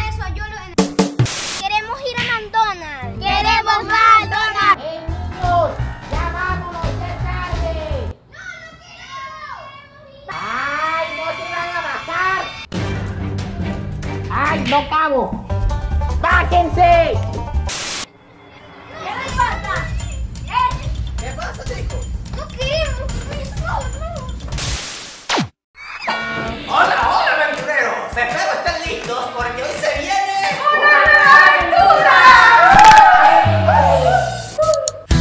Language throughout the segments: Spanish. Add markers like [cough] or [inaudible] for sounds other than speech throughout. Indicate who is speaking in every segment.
Speaker 1: Eh, No cabo. ¡Bájense!
Speaker 2: ¿Qué me pasa? ¿Eh?
Speaker 3: ¿Qué pasa, chicos?
Speaker 2: ¿Tú qué? No, no.
Speaker 3: ¡Hola, hola, aventureros! Espero estén listos porque hoy se viene...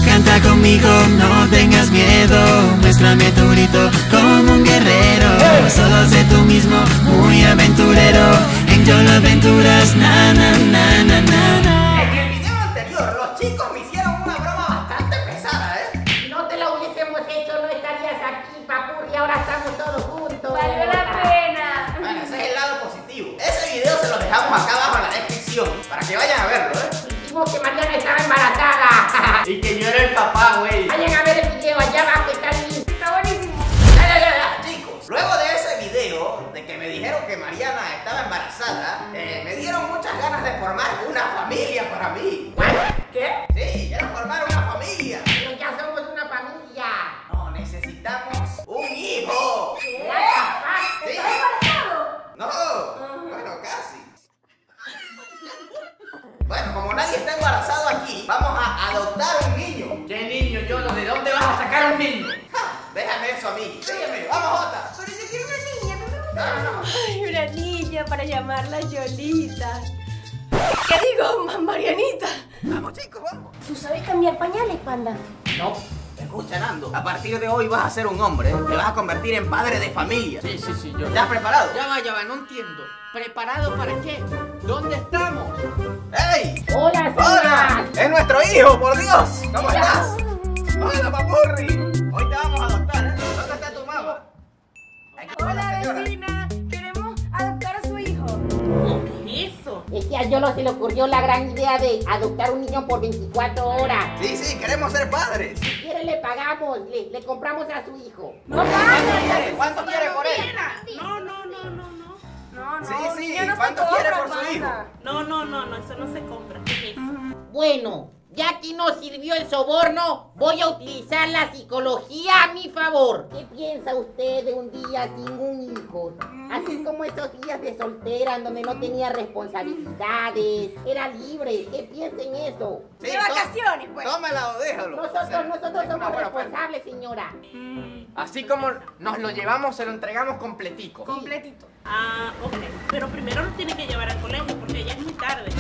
Speaker 4: Canta conmigo, no tengas miedo. Muéstrame tu grito como un guerrero. Solo sé tú mismo, muy aventurero. En Yolo Aventuras, na na na na na na.
Speaker 3: En el video anterior, los chicos me hicieron una broma bastante pesada, ¿eh?
Speaker 1: Si no te la hubiésemos hecho, no estarías aquí, papurri. Ahora estamos todos juntos.
Speaker 2: Valió la pena.
Speaker 3: Bueno, ese es el lado positivo. Ese video se lo dejamos acá abajo en la descripción para que vayan a verlo, ¿eh?
Speaker 1: Dijimos que Mariana estaba embarazada. [laughs]
Speaker 3: Y que yo era el papá, güey.
Speaker 1: Vayan a ver el video allá abajo, está el link.
Speaker 2: Está buenísimo.
Speaker 3: Ya, ya, ya, ya, chicos. Luego de ese video, de que me dijeron que Mariana estaba embarazada, eh, me dieron muchas ganas de formar una familia para mí.
Speaker 1: ¿Qué?
Speaker 3: Sí, quiero formar una familia.
Speaker 1: Pero ya somos una familia.
Speaker 3: No, necesitamos un hijo.
Speaker 1: ¿Qué? Papá,
Speaker 3: Sí.
Speaker 2: ¿Eh? ¿Estás embarazado?
Speaker 3: No, bueno, casi. Bueno, como nadie está embarazado aquí, vamos a adoptar un niño.
Speaker 5: ¿Qué niño, Yolo? ¿De dónde vas a sacar un niño?
Speaker 3: Ja, déjame eso a mí. Sígueme, vamos, Jota.
Speaker 2: Pero yo quiero una niña, ¿no?
Speaker 3: No, no, no.
Speaker 6: Ay, una niña para llamarla Yolita. ¿Qué digo, ma- Marianita?
Speaker 3: Vamos, chicos, vamos.
Speaker 6: ¿Tú sabes cambiar pañales, panda?
Speaker 5: No.
Speaker 3: Escucha, Nando, a partir de hoy vas a ser un hombre. Te vas a convertir en padre de familia.
Speaker 5: Sí, sí, sí, yo.
Speaker 3: ¿Estás preparado?
Speaker 5: Ya va, ya va, no entiendo. ¿Preparado para qué? ¿Dónde estamos?
Speaker 3: ¡Ey!
Speaker 1: Hola,
Speaker 3: ¡Hola!
Speaker 1: señora.
Speaker 3: ¡Es nuestro hijo, por Dios! ¿Cómo estás? ¡Hola, papurri! Hoy te vamos a adoptar, ¿eh? ¿Dónde está tu mamá? Aquí está la
Speaker 6: Hola,
Speaker 3: señora.
Speaker 6: vecina. Queremos adoptar a su hijo.
Speaker 1: Es que a Yolo se le ocurrió la gran idea de adoptar un niño por 24 horas.
Speaker 3: Sí, sí, queremos ser padres.
Speaker 1: Si quiere, le pagamos, le, le compramos a su hijo.
Speaker 6: No,
Speaker 3: ¿Cuánto
Speaker 6: panda.
Speaker 3: quiere? ¿Cuánto quiere por él?
Speaker 7: No, no, no, no, no.
Speaker 6: No, no,
Speaker 3: Sí,
Speaker 6: un
Speaker 3: sí,
Speaker 6: niño no se
Speaker 3: ¿cuánto quiere
Speaker 6: compra,
Speaker 3: por su hijo?
Speaker 6: panda.
Speaker 7: No, no, no, no, eso no se compra. ¿Qué es?
Speaker 1: Bueno, ya que no sirvió el soborno, voy a utilizar la psicología a mi favor. ¿Qué piensa usted de un día sin un hijo? Así como esos días de soltera en donde no tenía responsabilidades, era libre. ¿Qué piensa en eso?
Speaker 3: Sí,
Speaker 6: de
Speaker 3: tó-
Speaker 6: vacaciones, pues.
Speaker 3: Tómala o déjalo.
Speaker 1: Nosotros, nosotros somos
Speaker 5: bueno, bueno.
Speaker 1: responsables, señora.
Speaker 5: Así como nos lo llevamos, se lo entregamos completico.
Speaker 6: Completito.
Speaker 7: Ah, ok. Pero primero lo tiene que llevar al colegio porque ya es muy tarde.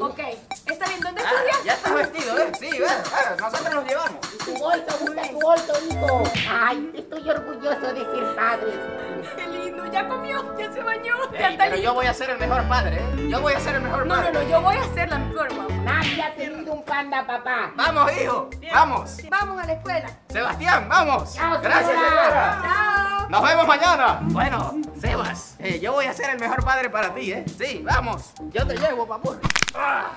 Speaker 6: Ok. ¿Está bien? ¿Dónde
Speaker 3: Ah,
Speaker 6: estudias?
Speaker 3: ya estás vestido, ¿eh? Sí, ven, claro, nosotros nos llevamos.
Speaker 1: Y tu bolso, busca tu bolso, hijo. Ay, estoy orgulloso de ser padre.
Speaker 6: Qué lindo. Ya comió, ya se bañó, ya
Speaker 5: Ey,
Speaker 6: está
Speaker 5: pero
Speaker 6: lindo.
Speaker 5: yo voy a ser el mejor padre, ¿eh? Yo voy a ser el mejor
Speaker 6: No, no,
Speaker 5: padre.
Speaker 6: no. Yo voy a hacer la mejor, mamá.
Speaker 1: Nadie ha tenido un panda, papá.
Speaker 3: Vamos, hijo, vamos.
Speaker 6: Vamos a la escuela.
Speaker 3: Sebastián, vamos.
Speaker 1: Chao,
Speaker 3: Gracias,
Speaker 1: señora.
Speaker 3: señora.
Speaker 6: Chao.
Speaker 3: Nos vemos mañana. Bueno, Sebas, eh, yo voy a ser el mejor padre para ti, ¿eh? Sí, vamos. Yo te llevo, papurri. Ah.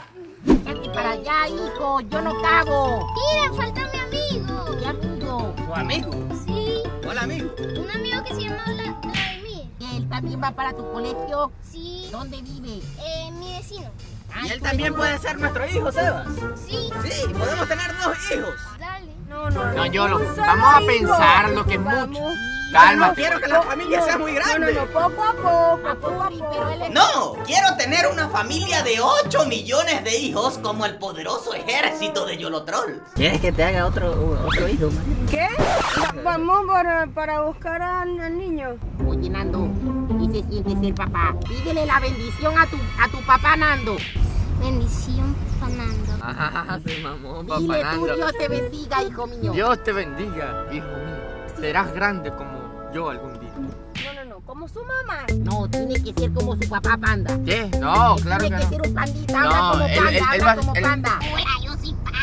Speaker 1: Vete para allá, hijo. Yo no cago.
Speaker 2: Mira, falta mi amigo.
Speaker 1: Mi amigo.
Speaker 3: Tu amigo.
Speaker 2: Sí,
Speaker 3: Hola, amigo.
Speaker 2: un amigo que se llama Vla- Vladimir.
Speaker 1: Él también va para tu colegio.
Speaker 2: Sí,
Speaker 1: ¿Dónde vive?
Speaker 2: eh, mi vecino.
Speaker 1: Ay,
Speaker 3: Y él
Speaker 1: pues,
Speaker 3: también puede ser nuestro hijo, Sebas.
Speaker 2: Sí,
Speaker 3: Sí, podemos tener dos hijos.
Speaker 2: dale.
Speaker 6: No, no, no.
Speaker 5: No, Yolo,
Speaker 6: Un solo
Speaker 5: vamos a
Speaker 6: hijo.
Speaker 5: pensarlo, que es mucho.
Speaker 6: Vamos.
Speaker 3: No
Speaker 5: Calma.
Speaker 3: quiero que la familia sea muy grande.
Speaker 6: No, no, no, poco a poco, poco a
Speaker 1: Papurri, pero él
Speaker 6: poco.
Speaker 1: es...
Speaker 3: No, quiero tener una familia de 8 millones de hijos como el poderoso ejército de Yolotrol.
Speaker 6: ¿Qué? Va- Vamos para, para buscar al, al niño.
Speaker 1: Oye, Nando, ¿qué se siente ser papá? Pídele la bendición a tu, a tu papá, Nando.
Speaker 2: Bendición, Fernando.
Speaker 5: Ah, se mamó,
Speaker 1: Dile tú, Dios te bendiga, hijo mío.
Speaker 5: Dios te bendiga, hijo mío. Serás grande como yo algún día.
Speaker 6: No, no, no, como su mamá.
Speaker 1: No, tiene que ser como su papá, panda.
Speaker 5: ¿Qué? No, claro que
Speaker 1: tiene que,
Speaker 5: no.
Speaker 1: ser un pandita, habla
Speaker 5: No,
Speaker 1: como
Speaker 5: él-
Speaker 1: panda,
Speaker 5: él- él
Speaker 1: habla
Speaker 5: va-
Speaker 1: como
Speaker 5: él-
Speaker 1: panda.
Speaker 2: Hola, yo soy Panda.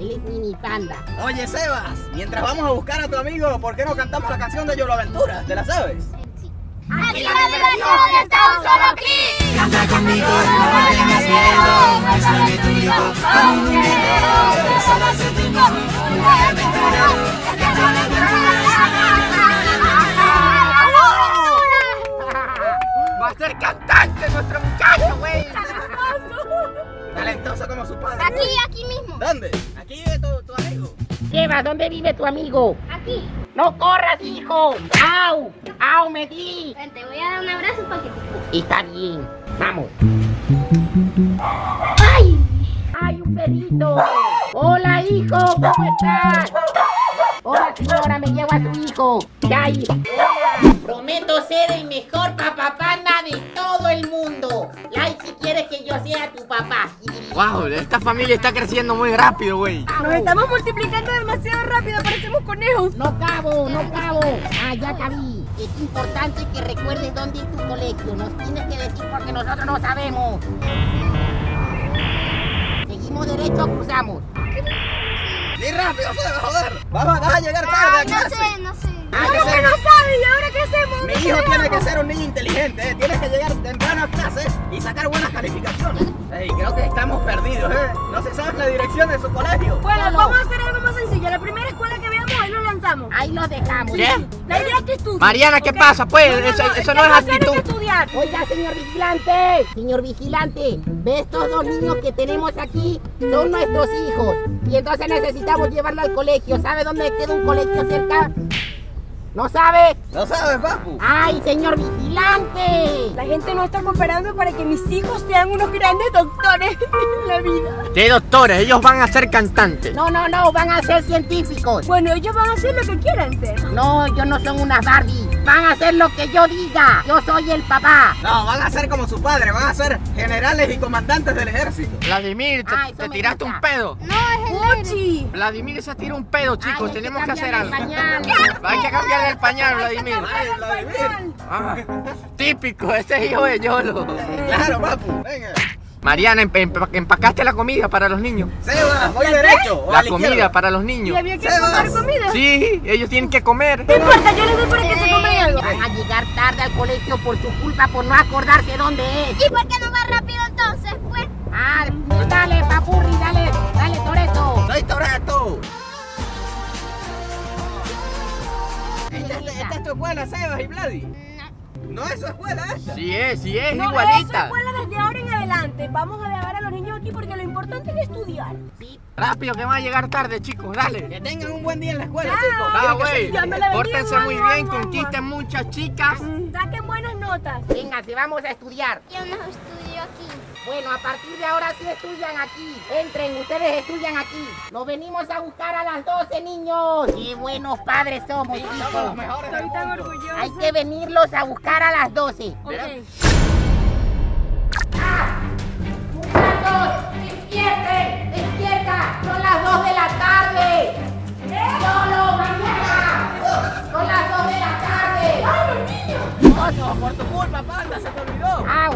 Speaker 1: Él es mini panda.
Speaker 3: Oye, Sebas, mientras vamos a buscar a tu amigo, ¿por qué no cantamos la canción de Yoloaventura? ¿Te la sabes?
Speaker 2: Sí.
Speaker 1: Aquí
Speaker 2: la diversión está un solo clic.
Speaker 4: Canta conmigo, no tengas miedo. Muéstrame tu grito como un guerrero. Solo sé tú mismo, muy aventurero. En Yolo
Speaker 5: Va a ser cantante nuestro muchacho, güey.
Speaker 3: Talentoso como su padre.
Speaker 2: Aquí, aquí mismo.
Speaker 3: ¿Dónde? Aquí vive tu, tu amigo.
Speaker 1: Sebas, ¿dónde vive tu amigo?
Speaker 2: Aquí.
Speaker 1: ¡No corras, hijo! ¡Au! ¡Au, me di!
Speaker 2: Ven, Te voy a dar un abrazo para que te
Speaker 1: Está bien, vamos. ¡Ay! ¡Hay un perrito! ¡Hola, hijo! ¿Cómo estás? Hola, señora, me llevo a su hijo. ¡Ay! Prometo ser el mejor papapanda de todo el mundo. Like si quieres que yo sea tu papá.
Speaker 5: Wow, esta familia está creciendo muy rápido, güey.
Speaker 6: Nos estamos multiplicando demasiado rápido, parecemos conejos.
Speaker 1: No cabo, no cabo. Ah, ya cabí. Es importante que recuerdes dónde es tu colegio. Nos tienes que decir porque nosotros no sabemos. Seguimos derecho, cruzamos.
Speaker 3: ¡Ni rápido, puede joder! ¡Vamos, vas a llegar tarde a
Speaker 2: Ay, no
Speaker 3: clase!
Speaker 2: sé, no sé.
Speaker 3: Hay que ser-
Speaker 6: sabes? ¿Y ahora qué hacemos?
Speaker 3: Mi hijo tiene que ser un niño inteligente, ¿eh? tiene que llegar temprano a clases y sacar buenas calificaciones. Ey, creo que estamos perdidos, ¿eh? No se sabe la dirección de su colegio.
Speaker 6: Bueno, vamos a hacer algo más sencillo. La primera escuela que veamos, ahí lo lanzamos.
Speaker 1: Ahí los dejamos.
Speaker 5: ¿Qué?
Speaker 6: La idea es que estudie.
Speaker 5: Mariana, ¿qué
Speaker 6: ¿ok?
Speaker 5: pasa, pues? Eso- eso
Speaker 6: el
Speaker 5: no
Speaker 6: que
Speaker 5: es
Speaker 6: va a hacer
Speaker 5: actitud.
Speaker 6: estudiar.
Speaker 1: Oiga, señor vigilante. Señor vigilante, ve estos dos niños que tenemos aquí. Son nuestros hijos. Y entonces necesitamos llevarlo al colegio. ¿Sabe dónde queda un colegio cerca? ¿No sabe?
Speaker 3: ¿No sabes, papu?
Speaker 1: ¡Ay, señor vigilante!
Speaker 6: La gente no está cooperando para que mis hijos sean unos grandes doctores [laughs] en la vida.
Speaker 5: De doctores, ellos van a ser cantantes.
Speaker 1: No, no, no, van a ser científicos.
Speaker 6: Bueno, ellos van a hacer lo que quieran ser.
Speaker 1: No, yo no son unas Barbie. Van a hacer lo que yo diga. Yo soy el papá.
Speaker 3: No, van a ser como su padre, van a ser generales y comandantes del ejército.
Speaker 5: Vladimir, te,
Speaker 1: Ah, eso
Speaker 5: te
Speaker 1: me
Speaker 5: tiraste
Speaker 1: gusta.
Speaker 5: un pedo.
Speaker 2: No, es el aire.
Speaker 6: ¡Uchi!
Speaker 5: Vladimir se tira un pedo, chicos.
Speaker 1: Ay, hay
Speaker 5: Tenemos que hacer algo.
Speaker 1: cambiarle el pañal.
Speaker 5: [laughs] Hay que cambiarle el pañal, Vladimir.
Speaker 3: Ay, Vladimir.
Speaker 5: Ah, típico, ese es hijo de Yolo.
Speaker 3: Claro, papu, venga.
Speaker 5: Mariana, emp- emp- empacaste la comida para los niños.
Speaker 3: Sebas, voy derecho. o a
Speaker 5: La
Speaker 3: izquierda.
Speaker 5: comida para los
Speaker 6: ¿Y
Speaker 5: niños.
Speaker 6: había que comprar comida?
Speaker 5: Sí, ellos tienen que comer.
Speaker 6: No importa, yo les doy para que se coman algo.
Speaker 1: Van a llegar tarde al colegio por su culpa, por no acordarse dónde es.
Speaker 2: ¿Y por qué no va rápido entonces? Pues
Speaker 1: Ah, dale, papurri, dale, dale, Toreto.
Speaker 3: Soy Toreto. Esta,
Speaker 1: Mira.
Speaker 3: esta es tu escuela, Sebas y Vladi. No es su escuela esta.
Speaker 5: Sí es, sí es,
Speaker 6: No, eso
Speaker 5: igualita.
Speaker 6: escuela desde ahora en adelante. Vamos a dejar a los niños aquí porque lo importante es estudiar.
Speaker 5: Rápido que van a llegar tarde, chicos, dale.
Speaker 3: Que tengan un buen día en la escuela,
Speaker 6: Chao.
Speaker 3: chicos.
Speaker 5: Ah, güey,
Speaker 6: Ya me la vendí,
Speaker 5: pórtense
Speaker 6: guau,
Speaker 5: muy
Speaker 6: guau,
Speaker 5: bien,
Speaker 6: guau,
Speaker 5: conquisten muchas chicas.
Speaker 6: Mm, Saquen buenas notas.
Speaker 1: Venga, se vamos a estudiar.
Speaker 2: yo no estudio aquí.
Speaker 1: Bueno, a partir de ahora sí estudian aquí. Entren, ustedes estudian aquí. Nos venimos a buscar a las 12, niños. Qué buenos padres somos,
Speaker 3: Somos los
Speaker 1: chicos.
Speaker 3: mejores del
Speaker 6: Estoy tan
Speaker 3: mundo.
Speaker 6: orgullosa.
Speaker 1: Hay que venirlos a buscar a las 12.
Speaker 6: Ok.
Speaker 1: ¡Muchachos! ¡Despierten! ¡Despierta! ¡Son las 2 de la tarde!
Speaker 2: ¿Eh?
Speaker 1: ¡Solo mañana! ¡Son las 2 de la tarde!
Speaker 3: Coño, por tu culpa, panda, se te olvidó.
Speaker 1: ¡Au!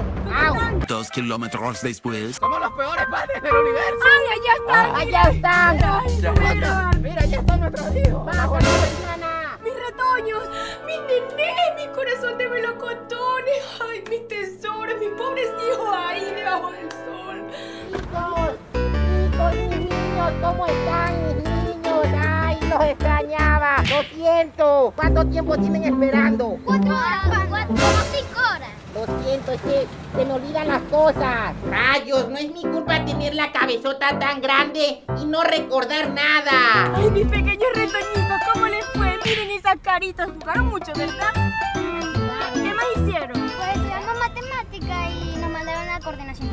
Speaker 1: ¡Au!
Speaker 4: Dos kilómetros después.
Speaker 3: Somos los peores padres del universo.
Speaker 6: ¡Ay, allá está!
Speaker 1: ¡Allá están!
Speaker 6: Ah, Ay, no voy a grabar.
Speaker 3: Mira, ya están nuestros hijos.
Speaker 1: ¡Vamos, hermana!
Speaker 6: ¡Mis retoños! ¡Mis nenes! ¡Mi corazón de melocotones! ¡Ay, mis tesoros! ¡Mis pobres hijos ahí debajo del sol!
Speaker 1: Chicos, chicos, mis niños, ¿cómo están mis niños? ¡Ay, los extrañaba! ¡Lo siento! ¿Cuánto tiempo tienen esperando?
Speaker 2: Cuatro horas, cuatro o cinco horas.
Speaker 1: Lo siento, es que se me olvidan las cosas. Rayos, no es mi culpa tener la cabezota tan grande y no recordar nada.
Speaker 6: ¡Ay, mis pequeños retoñitos! ¿Cómo les fue? Miren esas caritas. Jugaron mucho, ¿verdad? ¿Qué más hicieron?
Speaker 2: Pues estudiamos matemática y nos mandaron a coordinación.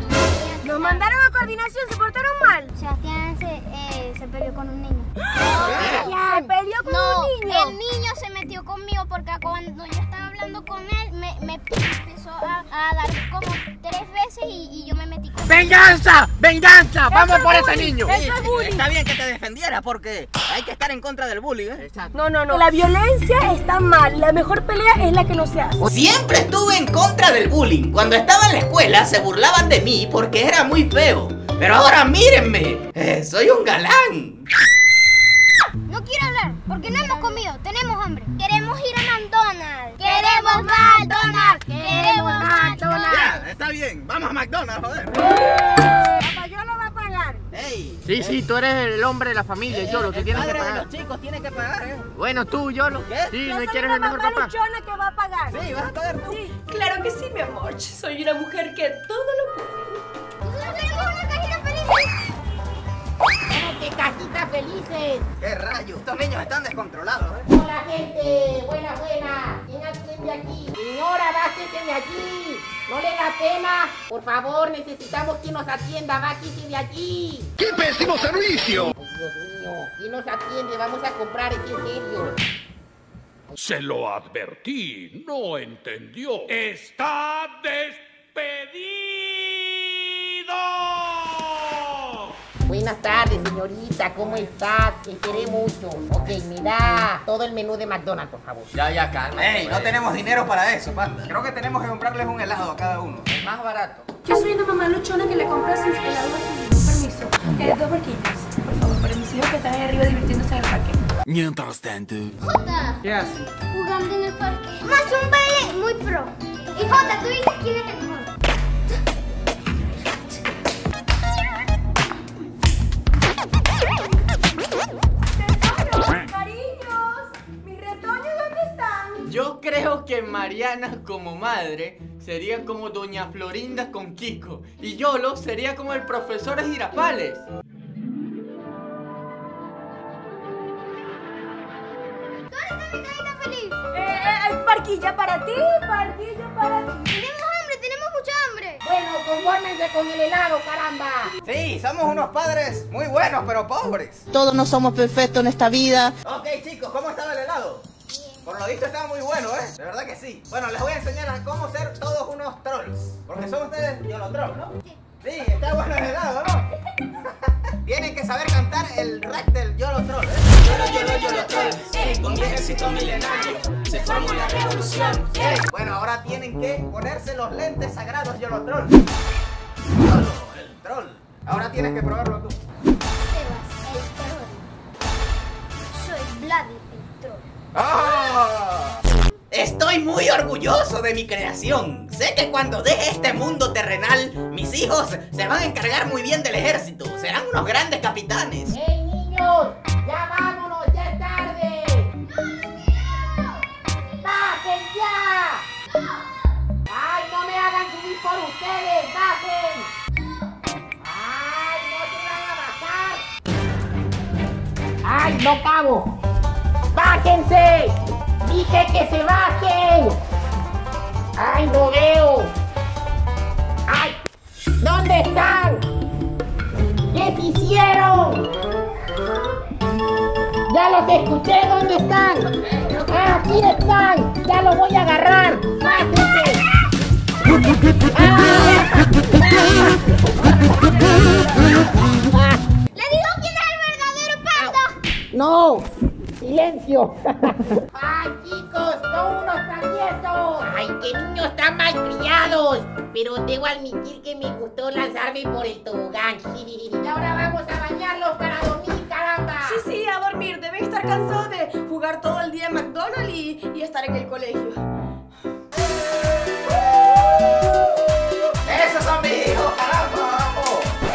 Speaker 6: Nos mandaron a coordinación, se portaron mal.
Speaker 2: Sebastián se, eh, se peleó con un niño.
Speaker 6: Se peleó con
Speaker 2: No,
Speaker 6: un niño.
Speaker 2: el niño se metió conmigo porque cuando yo estaba hablando con él, me, me empezó a, a dar como tres veces y, y yo me metí con él.
Speaker 5: ¡Venganza! ¡Venganza! ¡Vamos
Speaker 6: es
Speaker 5: por ese
Speaker 6: bullying.
Speaker 5: niño!
Speaker 6: Eso es bullying.
Speaker 3: Está bien que te defendiera porque hay que estar en contra del bullying, ¿eh?
Speaker 6: No, no, no. La violencia está mal. La mejor pelea es la que no se hace.
Speaker 3: Siempre estuve en contra del bullying. Cuando estaba en la escuela se burlaban de mí porque era muy feo. Pero ahora mírenme, eh, soy un galán.
Speaker 2: No quiero hablar porque no hemos comido, tenemos hambre. Queremos ir a McDonald's. Queremos McDonald's. Queremos
Speaker 5: Ah.
Speaker 2: McDonald's.
Speaker 3: está bien, vamos a McDonald's, joder.
Speaker 6: Papá, yo lo va a pagar.
Speaker 3: Ey,
Speaker 5: Sí, sí, tú eres el hombre de la familia, Yolo, tú
Speaker 3: el
Speaker 5: tienes que
Speaker 3: padre de
Speaker 5: pagar.
Speaker 3: los chicos tiene que pagar, ¿eh?
Speaker 5: Bueno, tú, Yolo.
Speaker 3: ¿Qué?
Speaker 5: Sí,
Speaker 6: Yo
Speaker 5: no
Speaker 6: soy
Speaker 5: quieres
Speaker 6: una
Speaker 5: el mejor
Speaker 6: mamá
Speaker 5: papá.
Speaker 6: luchona que va a pagar.
Speaker 3: Sí, vas a pagar tú.
Speaker 6: Sí.
Speaker 7: Claro que sí, mi amor. Soy una mujer que todo lo puede.
Speaker 2: Nosotros queremos una cajita feliz.
Speaker 1: Como que cajitas felices.
Speaker 3: ¿Qué rayos? Estos niños están descontrolados, ¿eh?
Speaker 1: Hola gente, buena, buena. ¿Quién atiende aquí? Señora, bájese de aquí. ¿No le da pena? Por favor, necesitamos que nos atienda. Va, quítese de allí. ¡Qué pésimo servicio! Dios mío, ¿quién nos atiende? Vamos a comprar, es en serio.
Speaker 8: Se lo advertí, no entendió. Está despedido.
Speaker 1: Buenas tardes, señorita. ¿Cómo estás? Te queré mucho. Ok, mira, todo el menú de McDonald's, por favor.
Speaker 5: Ya, ya, calma.
Speaker 3: Ey, no tenemos dinero para eso, panda. Creo que tenemos que comprarles un helado a cada uno.
Speaker 5: Más barato.
Speaker 6: Yo soy una mamá luchona que le compra sus helados a sus hijos, con permiso. Eh, dos barquillos, por favor, para mis hijos que están ahí arriba divirtiéndose en el parque.
Speaker 4: Mientras tanto,
Speaker 2: Jota,
Speaker 5: ¿Qué haces?
Speaker 2: jugando en el parque. Más un baile muy pro. Y Jota, tú dices quién es el mejor.
Speaker 6: ¡Tesoros, cariños! ¿Mis retoños dónde están?
Speaker 5: Yo creo que Mariana como madre sería como Doña Florinda con Kiko y Yolo sería como el profesor Girafales.
Speaker 2: ¿Dónde está mi carita feliz?
Speaker 6: Eh, eh, hay parquilla para ti, parquilla para ti.
Speaker 2: Tenemos hambre, tenemos mucha hambre.
Speaker 1: Bueno, confórmense con el helado, caramba.
Speaker 3: Sí, somos unos padres muy buenos, pero pobres.
Speaker 9: Todos no somos perfectos en esta vida.
Speaker 3: Ok, chicos, ¿cómo estaba el helado? Por lo visto estaba muy bueno, ¿eh? De verdad que sí. Bueno, les voy a enseñar a cómo ser todos unos trolls. Porque son ustedes yo los trolls, ¿no? Sí, está bueno el helado, ¿no? [laughs] Tienen que saber cantar el rap del Yolo Troll, ¿eh? Ey, Bueno, ahora tienen que ponerse los lentes sagrados Yolo Troll. Yolo, el troll. Ahora tienes que probarlo tú.
Speaker 2: Sebas, el troll. Soy Vladi, el troll.
Speaker 3: ¡Ah! Estoy muy orgulloso de mi creación. Sé que cuando deje este mundo terrenal, mis hijos se van a encargar muy bien del ejército. Serán unos grandes capitanes.
Speaker 1: ¡Hey, niños! ¡Ya vámonos! ¡Ya es tarde! ¡Bajen ya! ¡Ay, no me hagan subir por ustedes! ¡Bajen! ¡Ay, no te van a bajar! ¡Ay, no cabo! ¡Bájense! ¡Dije que se bajen! ¡Ay, no veo! ¡Ay! ¿Dónde están? ¿Qué se hicieron? Ya los escuché, ¿dónde están? Ah, aquí están, ya los voy a agarrar. ¡Bájense! ¡Ah!
Speaker 2: ¡Le digo quién es el verdadero panda!
Speaker 1: ¡No! ¡Silencio! ¡Ay, chicos! ¡Son unos traviesos! ¡Ay, qué niños tan malcriados! Pero debo admitir que me gustó lanzarme por el tobogán. Y ahora vamos a bañarlos para dormir, caramba.
Speaker 6: Sí, sí, a dormir. Deben estar cansados de jugar todo el día en McDonald's y, y estar en el colegio.
Speaker 3: ¡Esos son mis hijos, caramba!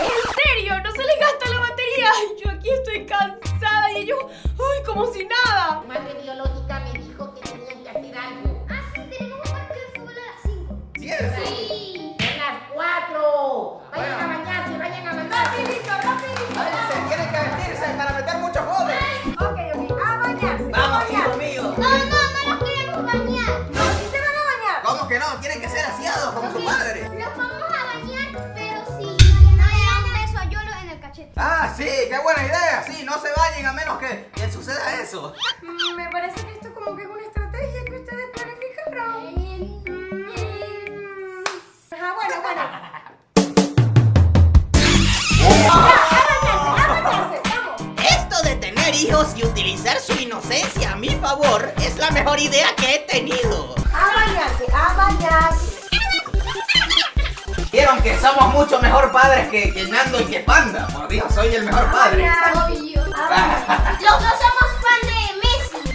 Speaker 6: ¿En serio? ¿No se les gasta la batería? Ay, Yo aquí estoy cansada y ellos, ¡ay, como si nada!
Speaker 1: Mi madre biológica me dijo que tenían que hacer algo.
Speaker 2: Ah, sí, tenemos un partido de fútbol a las 5.
Speaker 3: ¡Cierto!
Speaker 2: Sí.
Speaker 1: ¡Son las cuatro! ¡Vayan a bañarse, vayan a bañarse!
Speaker 6: ¡Rapidito, rapidito!
Speaker 3: ¡Váyanse! ¡Tienen que vestirse para meter muchos goles!
Speaker 6: Ok, Ah, ok, a bañarse.
Speaker 3: ¡Vamos, hijo mío!
Speaker 2: No, no, no los queremos bañar.
Speaker 6: No, sí se van a bañar.
Speaker 3: ¿Cómo que no? Tienen que ser asiados como su padre.
Speaker 2: Los vamos a bañar, pero sí. No le da un beso a Yolo en el cachete.
Speaker 3: ¡Ah, sí! ¡Qué buena idea! Sí, no se vayan a menos que, que suceda eso.
Speaker 6: Mm, Me parece que esto como que es una estrategia que ustedes planificaron. Mm. Ajá, bueno, bueno. ¡Ah, a bañarse, a bañarse! ¡Vamos!
Speaker 3: Esto de tener hijos y utilizar su inocencia a mi favor es la mejor idea que he tenido.
Speaker 6: ¡A bañarse, a bañarse!
Speaker 3: Vieron que somos mucho mejor padres que, que Nando y que Panda. Por Dios, soy el mejor padre. Ah.
Speaker 2: Obvio. Los dos somos fan de Messi.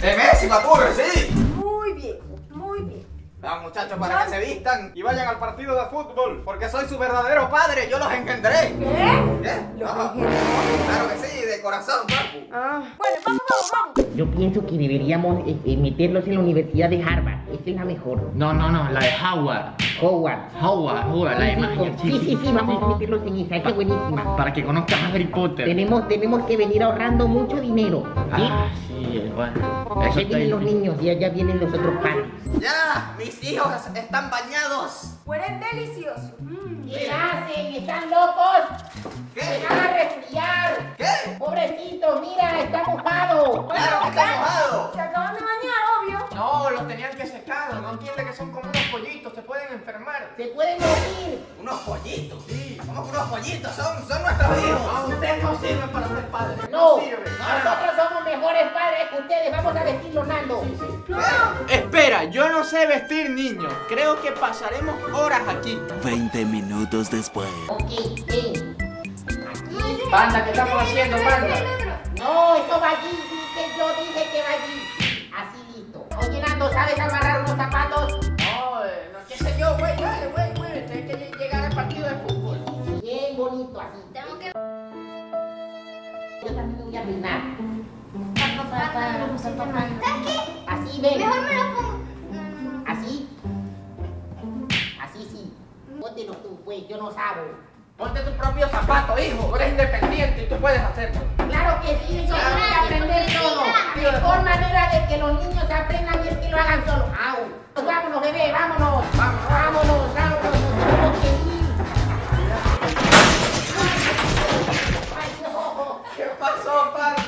Speaker 3: [laughs] De Messi, papurro, sí.
Speaker 6: Muy bien, muy bien.
Speaker 3: Vamos muchachos, para que se vistan y vayan al partido de fútbol. Porque soy su verdadero padre, yo los engendré.
Speaker 6: ¿Eh?
Speaker 3: ¿Eh? Ajá. Claro que sí, de corazón, papu.
Speaker 6: Ah. Bueno, vamos, vamos, vamos.
Speaker 1: Yo pienso que deberíamos eh, eh, meterlos en la Universidad de Harvard. Esa es la mejor.
Speaker 5: No, no, no, la de Howard.
Speaker 1: Howard.
Speaker 5: Howard, Howard, la de magia.
Speaker 1: Sí, sí, sí, vamos a meterlos en esa. Esa es buenísima.
Speaker 5: Para que conozcas a Harry Potter.
Speaker 1: Tenemos, tenemos que venir ahorrando mucho dinero. ¿sí?
Speaker 5: Ah, sí, bueno.
Speaker 1: Aquí
Speaker 5: Eso está
Speaker 1: vienen los
Speaker 5: difícil.
Speaker 1: niños y allá vienen los otros padres.
Speaker 3: ¡Ya! ¡Mis hijos están bañados!
Speaker 6: Huelen delicioso. Mm.
Speaker 1: ¿Qué hacen? ¿Están locos?
Speaker 3: ¿Qué?
Speaker 1: ¡Se van a resfriar!
Speaker 3: ¿Qué?
Speaker 1: ¡Pobrecito, mira, está mojado!
Speaker 3: ¡Claro que está mojado!
Speaker 6: Se acaban de bañar, obvio.
Speaker 5: No, los tenían que secar. No entiende que son como unos pollitos, se pueden enfermar.
Speaker 1: ¡Se pueden morir!
Speaker 3: ¡Unos pollitos! Sí. ¿Cómo que unos pollitos? Son, son nuestros hijos.
Speaker 5: ustedes no sirven para ser padres.
Speaker 1: ¡No!
Speaker 5: sirven.
Speaker 1: Nosotros somos mejores padres que ustedes, vamos a vestirlo, Nando.
Speaker 3: ¿Qué?
Speaker 5: Espera, yo no sé vestir niños. Creo que pasaremos horas aquí.
Speaker 4: 20 minutos después.
Speaker 1: Ok, bien. Aquí.
Speaker 5: Panda, ¿qué estamos haciendo, panda?
Speaker 6: Pedro,
Speaker 1: No, eso va allí, dije, yo dije que va allí. Así listo. Oye, Nando, ¿sabes amarrar unos zapatos?
Speaker 5: No, eh, no, qué sé yo, güey, dale, güey, güey. Tienes que llegar al partido de fútbol.
Speaker 1: Bien bonito, así.
Speaker 2: Tengo que
Speaker 1: Yo también voy a peinar.
Speaker 2: ¿Sabes qué?
Speaker 1: Así, ven.
Speaker 2: Mejor me lo pongo. No, no, no.
Speaker 1: Así. Así, sí. Póntelo tú, pues, yo no sabo.
Speaker 5: Ponte tu propio zapato, hijo. Tú eres independiente y tú puedes hacerlo.
Speaker 1: Claro que sí, eso hay que aprender todo. La mejor manera de que los niños aprendan es que lo hagan solo. ¡Au! Pues vámonos, bebé, vámonos. Vámonos, vámonos, vámonos. nos tenemos que ir. Ay, no.
Speaker 5: ¿Qué pasó, panda?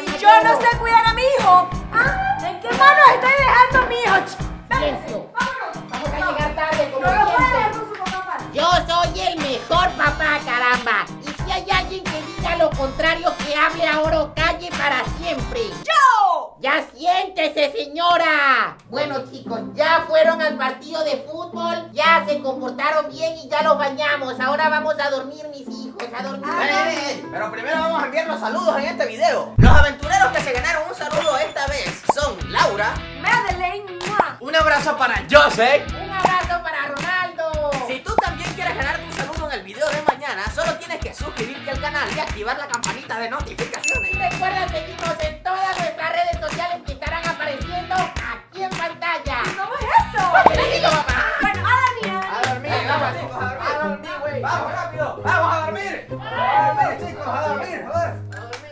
Speaker 6: Y yo no sé cuidar a mi hijo. ¿Ah? ¿En qué manos estoy dejando a mi hijo? Ch-
Speaker 1: Silencio.
Speaker 6: Vámonos.
Speaker 1: Vamos a llegar tarde,
Speaker 6: No
Speaker 1: como
Speaker 6: lo puedes
Speaker 1: siempre.
Speaker 6: dejar con su papá.
Speaker 1: Yo soy el mejor papá, caramba. Y si hay alguien que diga lo contrario, que hable ahora o calle para siempre.
Speaker 6: ¡Yo!
Speaker 1: ¡Ya siéntese, señora! Bueno, chicos, ya fueron al partido de fútbol, ya se comportaron bien y ya los bañamos. Ahora vamos a dormir, mis hijos, a dormir.
Speaker 3: Ey, ey, ey, Pero primero vamos a enviar los saludos en este video. Los aventureros que se ganaron un saludo esta vez son Laura.
Speaker 6: Madeleine. ¡mua!
Speaker 5: Un abrazo para Joseph.
Speaker 1: ¡Un abrazo para Ronaldo!
Speaker 3: Si tú también quieres ganarte un saludo en el video de mañana, solo tienes que suscribirte al canal y activar la campanita de
Speaker 1: Y
Speaker 3: notificaciones.
Speaker 1: recuerda seguirnos en todas nuestras redes sociales que estarán apareciendo aquí en pantalla.
Speaker 6: ¿Cómo es eso? Bueno, a Daniel.
Speaker 5: A dormir,
Speaker 3: Ey,
Speaker 5: vamos,
Speaker 3: vamos,
Speaker 5: chicos,
Speaker 3: vamos,
Speaker 5: a dormir, güey.
Speaker 3: Vamos rápido, vamos a dormir. A dormir, chicos, a dormir. joder.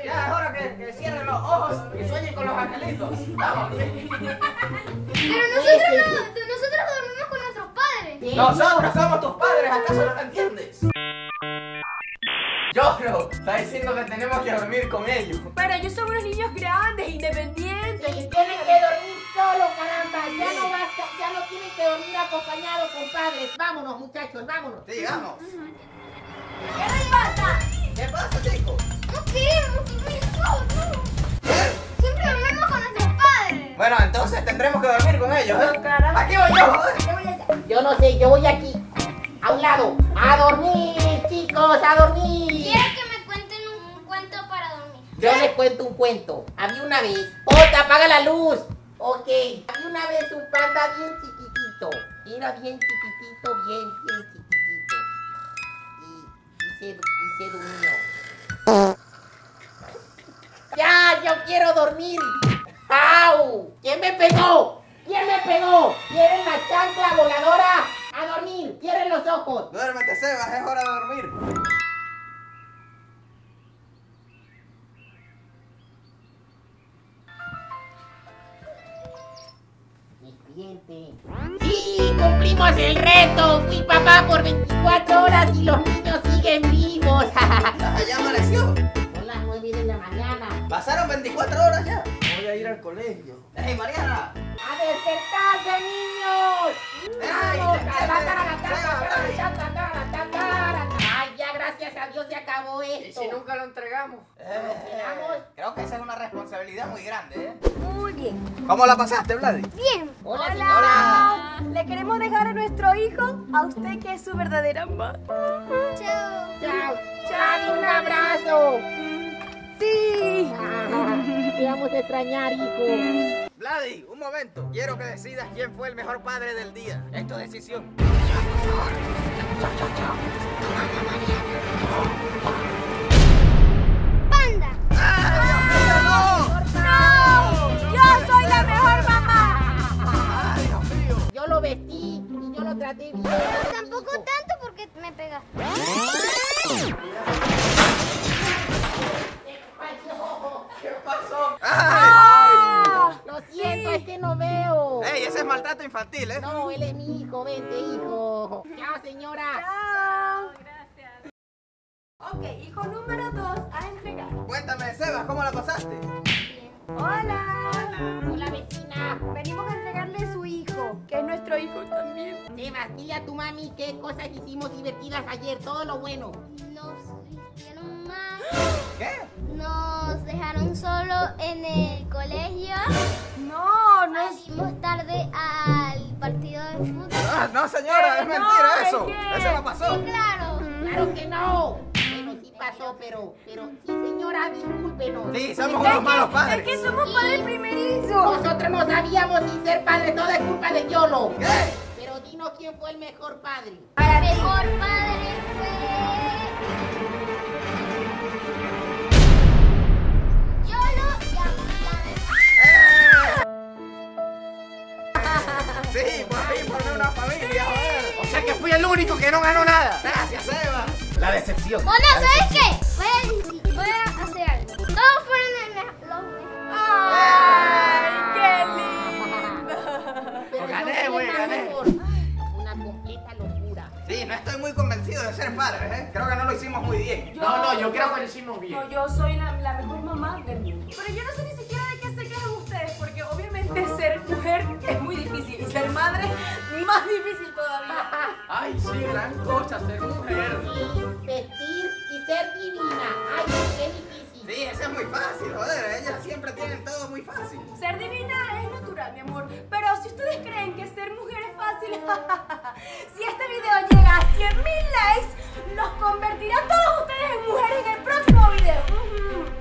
Speaker 3: Ya es hora que, que cierren los ojos y sueñen con los angelitos. Vamos.
Speaker 2: Pero nosotros no, nosotros dormimos con nuestros padres.
Speaker 3: Nosotros somos tus padres, ¿acaso no lo entiendes?
Speaker 5: Yoro, está diciendo que tenemos que dormir con ellos.
Speaker 6: Pero yo soy unos niños grandes, independientes.
Speaker 1: Y tienen que dormir solo, caramba. Ya no basta, ya no tienen que dormir acompañados con padres. Vámonos, muchachos, vámonos.
Speaker 3: Sí, vamos.
Speaker 6: ¿Qué les pasa?
Speaker 3: ¿Qué pasa, chicos?
Speaker 2: No queremos dormir solos.
Speaker 3: ¿Eh?
Speaker 2: Siempre dormimos con nuestros padres.
Speaker 3: Bueno, entonces tendremos que dormir con ellos, ¿eh?
Speaker 6: No, carajo.
Speaker 3: Aquí voy yo, joder.
Speaker 6: Yo voy allá.
Speaker 1: Yo no sé, yo voy aquí, a un lado. A dormir, chicos, a dormir.
Speaker 2: Quiero que me cuenten un cuento para dormir.
Speaker 1: Yo les cuento un cuento. Había una vez. ¡Ota, apaga la luz! Ok. Había una vez un panda bien chiquitito. Era bien chiquitito, bien, bien chiquitito. Y, y se, y se durmió. ¡Ya! ¡Yo quiero dormir! ¡Au! ¿Quién me pegó? ¿Quién me pegó? ¿Quieren la chancla voladora? ¡A dormir! ¡Cierren los ojos!
Speaker 3: Duérmete, Sebas, es hora de dormir.
Speaker 1: Despierte. ¡Sí! ¡Cumplimos el reto! Fui papá por 24 horas y los niños siguen vivos. [laughs]
Speaker 3: Ya, Ah, ya amaneció.
Speaker 1: Son las 9 de la mañana.
Speaker 3: Pasaron 24 horas ya.
Speaker 5: Voy a ir al colegio.
Speaker 3: ¡Ey, Mariana!
Speaker 1: ¡A despertarse, niños!
Speaker 3: Ay,
Speaker 1: ¡Vamos!
Speaker 3: espérate.
Speaker 1: ¡Ay, ya gracias a Dios se acabó
Speaker 5: ¿Y
Speaker 1: esto!
Speaker 5: si nunca lo entregamos?
Speaker 1: quedamos?
Speaker 3: Eh, creo que esa es una responsabilidad muy grande, ¿eh?
Speaker 6: Muy bien.
Speaker 3: ¿Cómo la pasaste, Vladi?
Speaker 2: Bien.
Speaker 1: ¡Hola, señora!
Speaker 6: Hola. Le queremos dejar a nuestro hijo a usted que es su verdadera mamá.
Speaker 2: Chao.
Speaker 1: ¡Chao! ¡Chao! ¡Un abrazo! [laughs]
Speaker 6: Sí.
Speaker 1: Te vamos a extrañar, hijo.
Speaker 3: Vladi, un momento. Quiero que decidas quién fue el mejor padre del día. Es tu decisión.
Speaker 2: Panda.
Speaker 3: ¡Ah, Dios mío,
Speaker 6: ¡No! ¡Yo soy la mejor mamá!
Speaker 3: no! ¡Ah, Dios mío!
Speaker 1: Yo lo vestí y yo lo traté bien.
Speaker 2: Tampoco tanto porque me pegaste.
Speaker 3: ¡Ay!
Speaker 6: ¡Ah!
Speaker 1: Lo siento, es que no veo.
Speaker 3: ¡Ey, ese es maltrato infantil, eh!
Speaker 1: No, él es mi hijo, vente, hijo. Chao, señora.
Speaker 6: Chao. Gracias. Ok, hijo número 2 a entregar.
Speaker 3: Cuéntame, Sebas, ¿cómo la pasaste?
Speaker 6: Hola.
Speaker 1: Hola, vecina.
Speaker 6: Venimos a entregarle a su hijo, que es nuestro hijo también.
Speaker 1: Sebas, dile a tu mami qué cosas hicimos divertidas ayer, todo lo bueno.
Speaker 2: Nos hicieron mal.
Speaker 3: ¿Qué?
Speaker 2: Nos dejaron solo en el colegio.
Speaker 6: No, no es.
Speaker 2: Salimos tarde al partido de fútbol.
Speaker 3: Ah, no, señora,
Speaker 6: Eh,
Speaker 3: es
Speaker 6: no,
Speaker 3: mentira
Speaker 6: es
Speaker 3: eso.
Speaker 6: que-
Speaker 3: Eso no pasó.
Speaker 2: Claro.
Speaker 1: Claro que no. Bueno, sí pasó, pero, pero sí, señora, discúlpenos.
Speaker 3: Sí, somos unos malos
Speaker 6: Es
Speaker 3: padres.
Speaker 6: que somos padres primerizos.
Speaker 1: Nosotros no sabíamos si ser padre, todo es culpa de Yolo.
Speaker 3: ¿Qué?
Speaker 1: Pero dinos quién fue el mejor padre.
Speaker 2: El mejor padre fue. Yolo y Abraham.
Speaker 3: Sí, por fin formé una familia, joder. O sea que fui el único que no ganó nada. Gracias, Sebas. La decepción.
Speaker 2: Bueno, ¿sabes qué? Voy a, voy a hacer algo. Todos fueron el me- los
Speaker 1: [laughs]
Speaker 2: mejores.
Speaker 1: Pero
Speaker 3: Gané,
Speaker 1: yo
Speaker 3: güey,
Speaker 1: fui la
Speaker 3: gané.
Speaker 1: mejor. Una completa locura.
Speaker 3: Sí, no estoy muy convencido de ser padre, ¿eh? Creo que no lo hicimos muy bien.
Speaker 5: No, no, yo creo que lo hicimos bien.
Speaker 6: No, yo soy la, la mejor mamá del mundo. Pero yo no sé ni siquiera de qué se quejan ustedes, porque obviamente ser mujer es muy difícil y ser madre más difícil todavía.
Speaker 3: [laughs]
Speaker 5: Ay, sí, gran cosa ser mujer.
Speaker 1: Y vestir y ser divina. Ay, qué difícil.
Speaker 3: Sí, eso es muy fácil, joder. Ellas siempre tienen todo muy fácil.
Speaker 6: Ser divina es natural, mi amor. Pero si ustedes creen que ser mujer es fácil, [laughs] si este video llega a 100.000 likes, los convertirá a todos ustedes en mujeres en el próximo video. Ujú.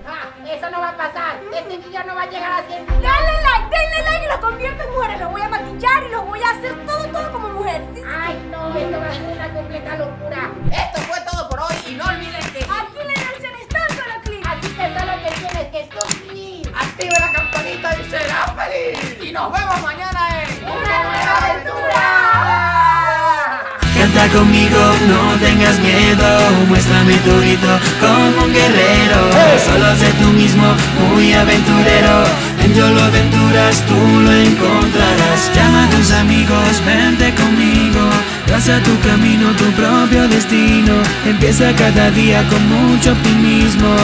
Speaker 1: Ah, eso no va a pasar. Este video no va a llegar a 100
Speaker 6: Denle like, denle like y los convierto en mujeres. Los voy a maquillar y los voy a hacer todo, todo como mujeres. ¿sí?
Speaker 1: Ay, no, esto va a ser una completa locura.
Speaker 3: Esto fue todo por hoy y no olviden que
Speaker 6: Aquí la diversión está solo clic.
Speaker 1: Así que solo que tienes que suscribir.
Speaker 3: activa la campanita y será feliz. Y nos vemos mañana en
Speaker 1: ¡Una nueva aventura!
Speaker 4: Canta conmigo, no tengas miedo, muéstrame tu grito como un guerrero. Solo sé tú mismo, muy aventurero. En Yo lo aventuras, tú lo encontrarás. Llama a tus amigos, vente conmigo. Traza tu camino, tu propio destino. Empieza cada día con mucho optimismo.